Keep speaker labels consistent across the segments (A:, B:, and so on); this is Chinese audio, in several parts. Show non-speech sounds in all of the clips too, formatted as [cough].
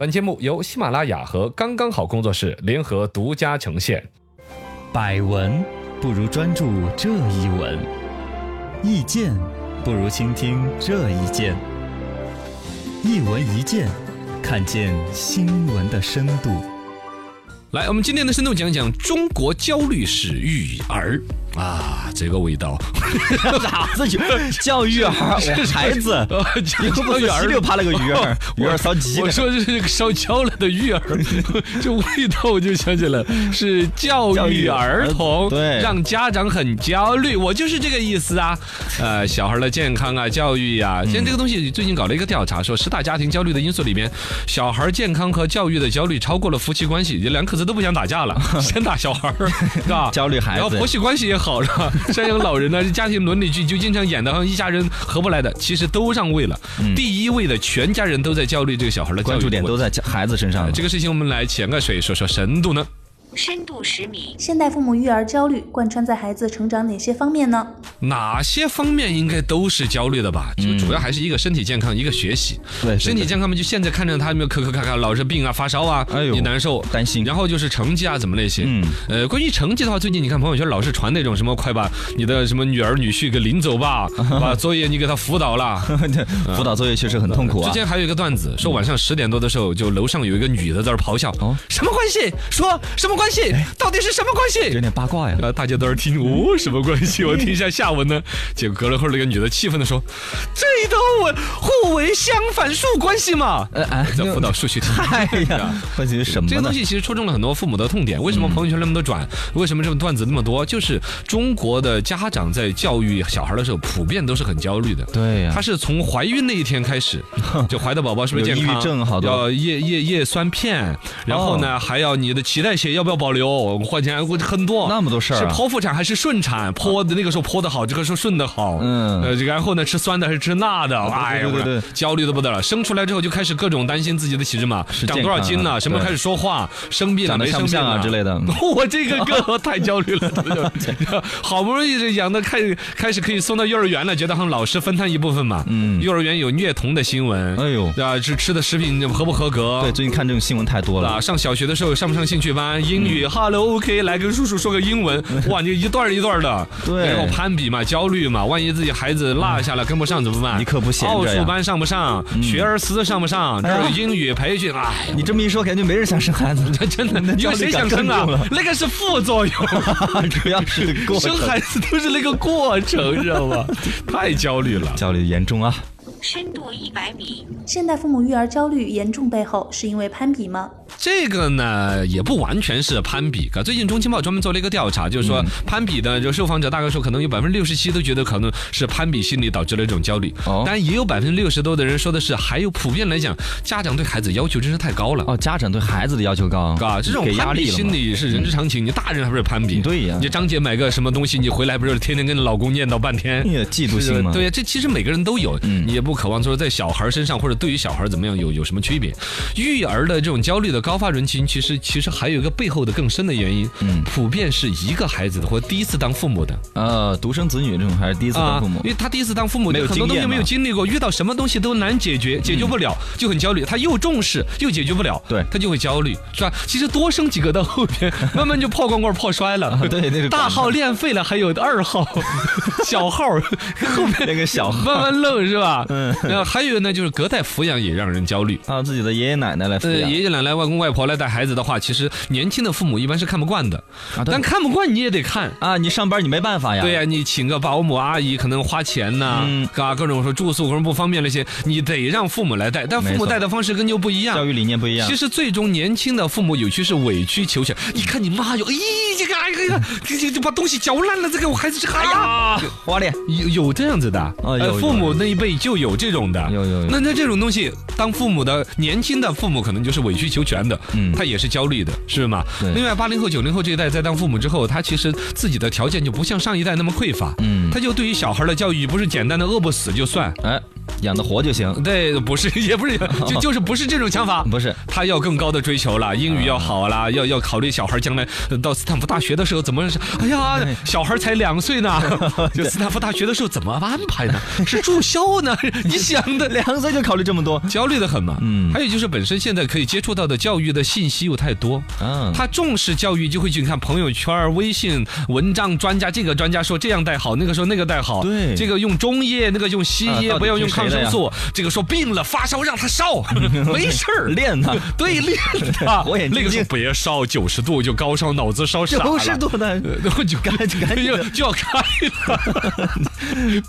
A: 本节目由喜马拉雅和刚刚好工作室联合独家呈现。
B: 百闻不如专注这一闻，意见不如倾听这一见。一闻一见，看见新闻的深度。 [laughs]
A: 来，我们今天的深度讲讲中国焦虑是育儿啊，这个味 [laughs] 道，
B: 啥子育教育儿我孩子？你又不是稀溜趴了个鱼 [laughs] 儿，鱼儿烧鸡呢
A: 我。说是这个烧焦了的育
B: [laughs]
A: 儿，这味道我就想起来是教
B: 嗯教
A: 育
B: 育
A: 儿
B: 儿
A: 童，
B: 童对
A: 让家长很焦虑，我就是这个意思啊。呃，小孩的健康啊，教育呀、现在这个东西最近搞了一个调查，说十大家庭焦虑的因素里面，小孩健康和教育的焦虑超过了夫妻关系，这两口子都不想打架了，
B: [laughs]
A: 先打小孩儿，是吧？
B: 焦虑孩
A: 然后
B: 子
A: 婆媳关系也好
B: [laughs]
A: 了，赡养老人呢，家庭伦理剧就经常演的，好像一家人合不来的，其实都让位了。第一位的全家人都在焦虑这个小孩的教育
B: 嗯关注点
A: 问
B: 都在教孩子身上
A: 题。。啊这个事情我们来潜个水，说说深度呢。
C: 深度十米，
D: 现代父母育儿焦虑贯穿在孩子成长哪些方面呢？
A: 哪些方面应该都是焦虑的吧？就主要还是一个身体健康，一个学习。
B: 嗯对对
A: 身体
B: 对
A: 健康嘛，就现在看着他有没有咳咳咔咔，老是病啊、发烧啊，
B: 哎呦
A: 你难受
B: 担心
A: 然后就是成绩啊，怎么那些。
B: 嗯
A: 呃，关于成绩的话，最近你看朋友圈老是传那种什么，快把你的什么女儿女婿给领走
B: [laughs]
A: 吧，把作业你给他辅导了。
B: 辅导作业确实很痛苦
A: 之
B: 啊。
A: 前还有一个段子，说晚上十点多的时候，就楼上有一个女的在那儿咆哮，
B: 哦
A: 什么关系？说什么关系？到底是什么关
B: 有
A: 系？
B: 点八卦呀
A: 然，后大家都在那儿听，哦，什么关系？我听一下下文
B: [laughs]
A: 呢。结果隔了会儿，那个女的气愤的说：“这都我互为相反数关系嘛。”
B: 呃哎
A: 在辅导数
B: [laughs]
A: 学题。
B: [laughs] 哎呀，关心什
A: 这
B: 么
A: 个
B: 呢
A: 东？西其实戳中了很多父母的痛点。为什么朋友圈那么多转？为什么这种段子那么多？就是中国的家长在教育小孩的时候，普遍都是很焦虑的。
B: 对呀
A: 他是从怀孕那一天开
B: [laughs]
A: 始，就怀的宝宝是不是
B: 有
A: 健
B: 抑郁
A: 康？
B: 症好多哦
A: 要叶叶叶酸片，然后呢，还要你的脐带血要不要保留？换钱很多，
B: 那么多事儿啊
A: 是剖腹产还是顺产？剖的那个时候剖的好，这个时候顺的好。
B: 嗯
A: 呃，然后呢，吃酸的还是吃辣的？哎呀，
B: 对对对
A: 我
B: 对
A: 焦虑的不得了。生出来之后就开始各种担心自己的体质嘛，
B: 是
A: 长
B: 健
A: 多少
B: 康啊
A: 斤呢？什么
B: 对
A: 开始说话？生病了
B: 长得
A: 没
B: 像
A: 生
B: 不
A: 病
B: 像啊
A: 呢
B: 之类的
A: [laughs] 我这个哥太焦虑
B: [laughs]
A: 了，真的就好不容易这养的开开始可以送到幼儿园了，觉得好像老师分摊一部分嘛。
B: 嗯
A: 幼儿园有虐童的新闻，
B: 哎呦
A: 对吧？是吃的食品合不合格？
B: 对，最嗯近看这种新闻太多了 [laughs]
A: 啊，。上小学的时候上不上兴趣班？英语、哈 Hello OK，来跟叔叔说个英文，哇，你一段儿一段儿的，
B: 嗯对
A: 然后攀比嘛，焦虑嘛，万一自己孩子落下了跟不上怎么办？
B: 一刻不闲着
A: 奥
B: 呀嗯
A: 数班上不上，学而思上不上，这
B: 哎呀
A: 种英语培训，哎。
B: 你这么一说，感觉没人想生孩子，
A: 真的，因
B: 焦
A: 为谁
B: 虑感
A: 想生
B: 更
A: 啊
B: 重了？。
A: 那个是副作用，
B: 主要是 [laughs] 过程
A: 生孩子都是那个过程，知道
B: [laughs]
A: 吗？太焦虑了。
B: 焦虑严重啊。
C: 深度一百米，
D: 现代父母育儿焦虑严重背后是因为攀比吗？
A: 这个呢，也不完全是攀比。啊，最近中青报专门做了一个调查，就是
B: 嗯
A: 说攀比的就受访者大概说，可能有百分之六十七都觉得可能是攀比心理导致了一种焦虑。
B: 哦
A: 当然也有百分之六十多的人说的是，还有普遍来讲，家长对孩子要求真是太高了。
B: 哦，家长对孩子的要求高
A: 啊，这种
B: 给压
A: 攀比
B: 力了
A: 心
B: 嘛
A: 理是人之常情，你大人还不是攀比？
B: 对呀
A: 你张姐买个什么东西，你回来不是天天跟老公念叨半天？
B: 你也嫉妒心嘛。嗯
A: 对，这其实每个人都有，你也不渴望说在小孩身上或者对于小孩怎么样有有什么区别。育儿的这种焦虑的高发人群，其实其实还有一个背后的更深的原因，
B: 嗯
A: 普遍是一个孩子的或者第一次当父母的
B: 呃，独生子女这种还是第一次当父母
A: 啊因，为他第一次当父母，
B: 没有
A: 很多
B: 经
A: 东
B: 验
A: 西没有
B: 嘛
A: 经历过，遇到什么东西都难解决，解决不了就很焦虑，他又重视又解决不了，
B: 嗯对
A: 他就会焦虑，是吧？其实多生几个到后
B: [laughs]
A: 边慢慢就破罐罐破摔了，
B: 对那个
A: 大
B: 管
A: 号练废了，还有二
B: [laughs]
A: 号、小号 [laughs] 后面
B: 那个
A: [laughs]
B: 小号
A: 慢慢愣是吧？嗯，然后还有呢，就是隔代抚养也让人焦虑。
B: 靠啊自己的爷爷奶奶来
A: 呃
B: 抚，养
A: 爷爷奶奶、外公外婆来带孩子的话，其实年轻的父母一般是看不惯的，
B: 啊对
A: 但看不惯你也得看。
B: 啊，你上班你没办法呀。
A: 对呀、你请个保姆阿姨可能花钱呐、
B: 嗯
A: 啊，各种说住宿各种不方便那些，你得让父母来带，但父
B: 没
A: 母
B: 错
A: 带的方式跟就不一样
B: 教。育理念不一样
A: 其。实最终年轻的父母有些是委曲求全，你看你妈有，咦，这个哎呀，这这这把东西嚼烂了，这个我孩子这个哎呀，
B: 花脸
A: 有有这样子的，
B: 哦有
A: 呃
B: 有
A: 父母
B: 有
A: 那一辈就有这种的，
B: 有有有
A: 那那这种东西，当父母的年轻的父母可能就是委曲求全的，
B: 嗯
A: 他也是焦虑的，是吗？
B: 对
A: 另外，八零后、九零后这一代在当父母之后，他其实自己的条件就不像上一代那么匮乏，
B: 嗯
A: 他就对于小孩的教育不是简单的饿不死就算，
B: 哎，养得活就行。
A: 对，不是， [laughs] 也不是，
B: [laughs]
A: 就就是不是这种想法，
B: 不是嗯
A: 他要更高的追求了，英语要好啦，要要考虑小孩将来呃到斯坦福大学的时候怎么是，哎呀，小孩才两岁呢，
B: [laughs]
A: 就斯坦福大学的时候怎么安排呢？是住校呢？ [laughs] 你想的了。
B: 两岁就考虑这么多，
A: 焦虑的很嘛，
B: 嗯
A: 还有就是本身现在可以接触到的教育的信息又太多，
B: 嗯，
A: 他重视教育就会去看朋友圈儿、微信文章专家，这个专家说这样带好，那个说那个带好，
B: 对
A: 这个用中叶，那个用西
B: 啊到
A: 医，
B: 底
A: 不要用
B: 听谁
A: 抗
B: 的
A: 生
B: 呀
A: 素，这个说病了发烧让他
B: [laughs]
A: 烧，没事儿。
B: 练呢，。
A: 对，练他
B: [laughs] 火眼金
A: 那
B: 睛
A: 个时候别烧九十度就高烧，脑子烧 [laughs] 傻了。
B: 九十度呢，
A: 然后就
B: [laughs] 赶紧赶紧
A: 就就 [laughs] 要开
B: [laughs]
A: 了，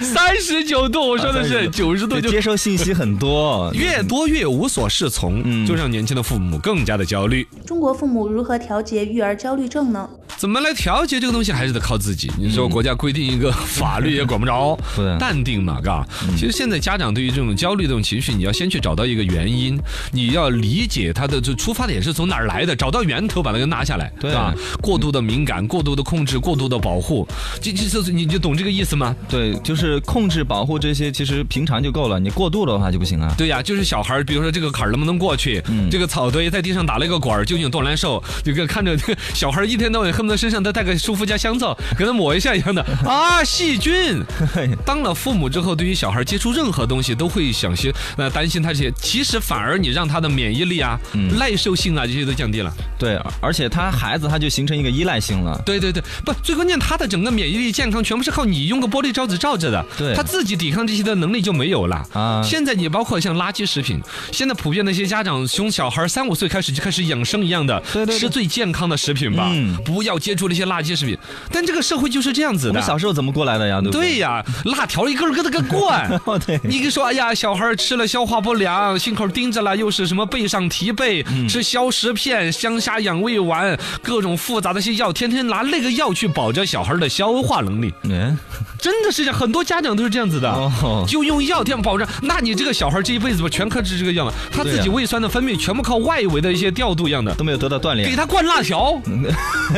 A: 三十九度， [laughs] 我说的
B: 啊
A: 是九十度就
B: 接收信息很多，
A: [laughs] 越多越无所适从，
B: 嗯
A: 就让年轻的父母更加的焦虑。
D: 中国父母如何调节育儿焦虑症呢？
A: 怎么来调节这个东西，还是得靠自己。你说国家规定一个法律也管不着
B: 是的，
A: 淡定嘛，嘎。
B: 嗯
A: 其实现在家长对于这种焦虑这种情绪，你要先去找到一个原因，你要理解他的这出发点是从哪儿来的，找到源头把它给拿下来，
B: 对
A: 是吧？过度的敏感、过度的控制、过度的保护，这这这，你就懂这个意思吗？
B: 对，就是控制、保护这些，其实平常就够了。你过度的话就
A: [laughs]
B: 不行啊。
A: 对呀、就是小孩儿，比如说这个坎儿能不能过去，
B: 嗯
A: 这个草堆在地上打了一个滚儿，究竟有多难受？就跟看着 [laughs] 小孩儿一天到晚恨不得身上再带个舒肤佳香皂，给他抹一下一样的啊，细菌。 [laughs] 当了父母之后，对于小孩儿接触任何东西都会想些呃担心他这些，其实反而你让他的免疫力啊、耐受性啊这些都降低了。
B: 对，而且他孩子他就形成一个依赖性了。
A: 对对对，不，最关键他的整个免疫力健康全部是靠你用个玻璃罩子罩着的，
B: 对
A: 他自己抵抗这些的能力就没有了
B: 啊
A: 现在你包括像垃圾食品，现在普遍那些家长从小孩三五岁开始就开始养生一样的，
B: 对对对
A: 吃最健康的食品吧，
B: 嗯
A: 不要接触那些垃圾食品。但这个社会就是这样子
B: 我
A: 的
B: 们。小时候怎么过来的呀？对不
A: 对
B: 对？，
A: 呀，辣条一根儿根儿的跟灌
B: [laughs] 哦对
A: 你一说，哎呀，小孩儿吃了消化不良，心口盯着了，又是什么背上提背，
B: 嗯
A: 吃消食片、香砂养胃丸，各种复杂的些药，天天拿那个药去保着小孩儿的消化能力，
B: 嗯，
A: 真的是这样，很多家长都是这样子的。
B: 哦
A: 就用药天保证，那你这个小孩儿这一辈子吧，全靠吃这个药了，他自
B: 对啊
A: 己
B: 呀
A: 胃酸的分泌全部靠外围的一些调度一样的，
B: 都没有得到锻
A: 给
B: 炼。
A: 他灌辣
B: [laughs]
A: 条，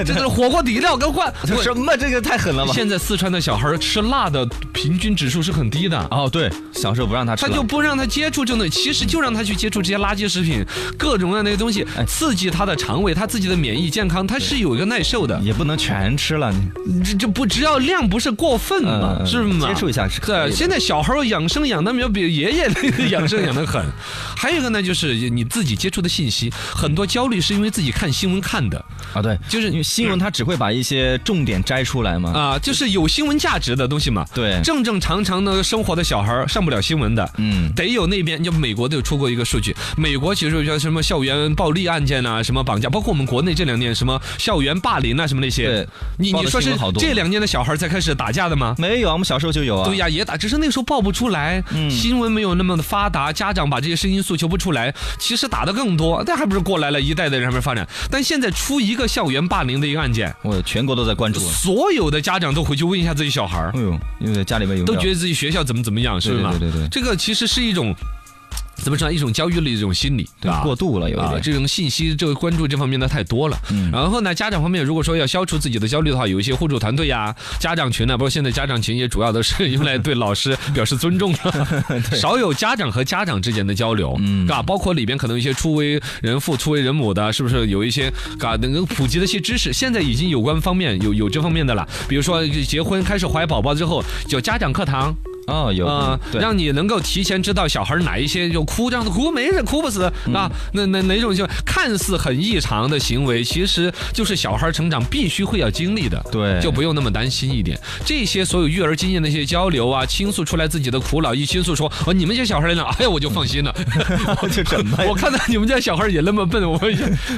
A: 这是火锅底料跟灌。我
B: 什么？这个太狠了吧！
A: 现在四川的小孩儿吃辣的平均指数是很低的啊。
B: 哦，对，小时候不让他吃
A: 他
B: 了，
A: 就不让他接触这种东西，其实就让他去接触这些垃圾食品，各种各样的东西
B: 哎，
A: 刺激他的肠胃，他自己的免疫健康，他是有一个耐受的。
B: 也不能全吃了。你
A: 这这不只要量不是过分嘛，
B: 嗯
A: 是吗？
B: 接触一下是可以的
A: 对，现在小孩儿养生养的没有比爷爷那个养生养的
B: [laughs]
A: 狠。还有一个呢，就是你自己接触的信息，很多焦虑是因为自己看新闻看的
B: 啊，对，
A: 就是
B: 因为新闻他只会把一些重点摘出来嘛。
A: 啊、就是有新闻价值的东西嘛。
B: 对
A: 正正常常的生活的小孩儿上不了新闻的，
B: 嗯，
A: 得有那边，就美国都有出过一个数据，美国其实有些什么校园暴力案件啊，什么绑架，包括我们国内这两年什么校园霸凌啊，什么那些
B: 对，
A: 你
B: 报
A: 你
B: 的
A: 说
B: 新
A: 是
B: 闻好多
A: 这两年的小孩才开始打架的吗？
B: 没有啊，我们小时候就有啊。
A: 对呀、也打，只是那个时候报不出来，
B: 嗯
A: 新闻没有那么的发达，家长把这些声音诉求不出来，其实打的更多，但还不是过来了一代的人还没发展。但现在出一个校园霸凌的一个案件，
B: 我全国都在关注。
A: 所有的家长都回去问一下自己小孩儿
B: 哎呦，因为家里面有
A: 都觉
B: 得
A: 得自己学校怎么怎么样，是
B: 对
A: 吗？
B: 对对对对
A: 这个其实是一种。怎么说呢？一种焦虑的一种心理，
B: 对
A: 吧？
B: 过度了有一
A: 啊，
B: 点。嗯
A: 这种信息这个关注这方面的太多了。然后呢，家长方面如果说要消除自己的焦虑的话，有一些互助团队呀、家长群呢、包括现在家长群也主要的是用来对老师 [laughs] 表示尊重
B: [laughs]
A: 的，少有家长和家长之间的交流，嗯，嘎，包括里边可能一些初为人父、初为人母的，是不是有一些嘎能够普及的一些知识？现在已经有关方面有有这方面的了，比如说结婚开始怀宝宝之后有家长课堂，
B: 哦，有
A: 啊，
B: 对 [laughs]
A: 让你能够提前知道小孩哪一些就哭，这样子哭没事，哭不死
B: 嗯
A: 啊。那那哪种行为，看似很异常的行为，其实就是小孩成长必须会要经历的。
B: 对
A: 就不用那么担心一点。这些所有育儿经验的一些交流啊，倾诉出来自己的苦恼，一倾诉说哦，你们家小孩儿呢，哎呀，我就放心
B: [laughs]
A: 了。
B: 我就什么呀
A: 我？看到你们家小孩也那么笨，我也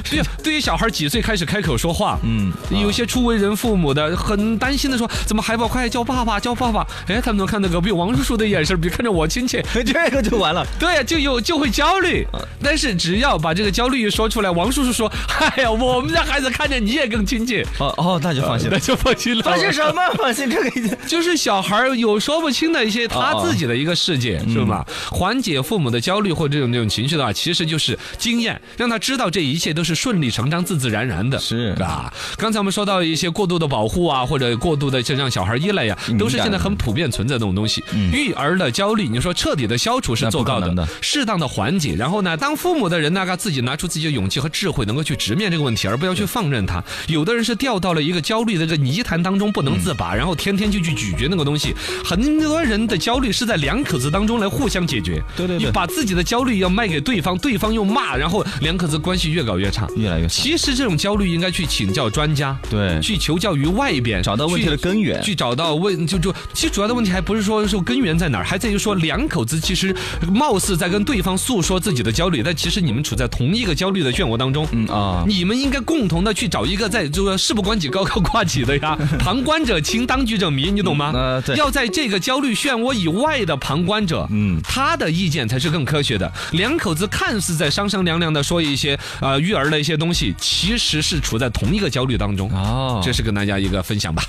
A: 对呀对于小孩几岁开始开口说话，嗯，有些初为人父母的很担心的说，怎么还不快叫爸爸叫爸爸？哎，他们能看到隔壁王叔叔的眼神，比看着我亲切。
B: [laughs] 这个就完了。
A: 对，就有就会焦虑，但是只要把这个焦虑一说出来，王叔叔说：“哎呀，我们家孩子看着你也更亲切。
B: 哦哦，那就放”心了
A: 那。就啊放心了。
B: 什么？放心，这个已经
A: [laughs] 就是小孩儿有说不清的一些
B: 啊
A: 他自己的一个世界，
B: 嗯
A: 是吧？缓解父母的焦虑或这种这种情绪的话，其实就是经验，让他知道这一切都是顺理成章、自自然然的，
B: 是
A: 吧？刚才我们说到一些过度的保护啊，或者过度的就让小孩依赖呀、
B: 敏感
A: 都是现在很普遍存在的这种东西。
B: 嗯
A: 育儿的焦虑，你说彻底的消除是
B: 那不
A: 做
B: 可
A: 到的，
B: 能的
A: 适当的缓解。然后呢，当父母的人呢，他自己拿出自己的勇气和智慧，能够去直面这个问题，而不要去放任它。有的人是掉到了一个焦虑的这个泥潭当中不能自
B: 嗯
A: 拔，然后天天就去咀嚼那个东西。很多人的焦虑是在两口子当中来互相解决，
B: 对对对
A: 你把自己的焦虑要卖给对方，对方又骂，然后两口子关系越搞越差。
B: 越来越
A: 其实这种焦虑应该去请教专家，
B: 对
A: 去求教于外边，
B: 找到问题的根源
A: 去去找到问就就其实主要的问题还不是说说根源在哪儿，还在于说两口子其实貌似在跟对方诉说自己的焦虑，但其实你们处在同一个焦虑的漩涡当中。
B: 嗯啊，
A: 你们应该共同的去找一个在这个事不关己高高挂起的
B: [laughs]
A: 呀，旁观者清，当局者迷，你懂吗？
B: 嗯呃对
A: 要在这个焦虑漩涡以外的旁观者，
B: 嗯
A: 他的意见才是更科学的。两口子看似在商商量量的说一些呃育儿的一些东西，其实是处在同一个焦虑当中。
B: 哦
A: 这是跟大家一个分享吧。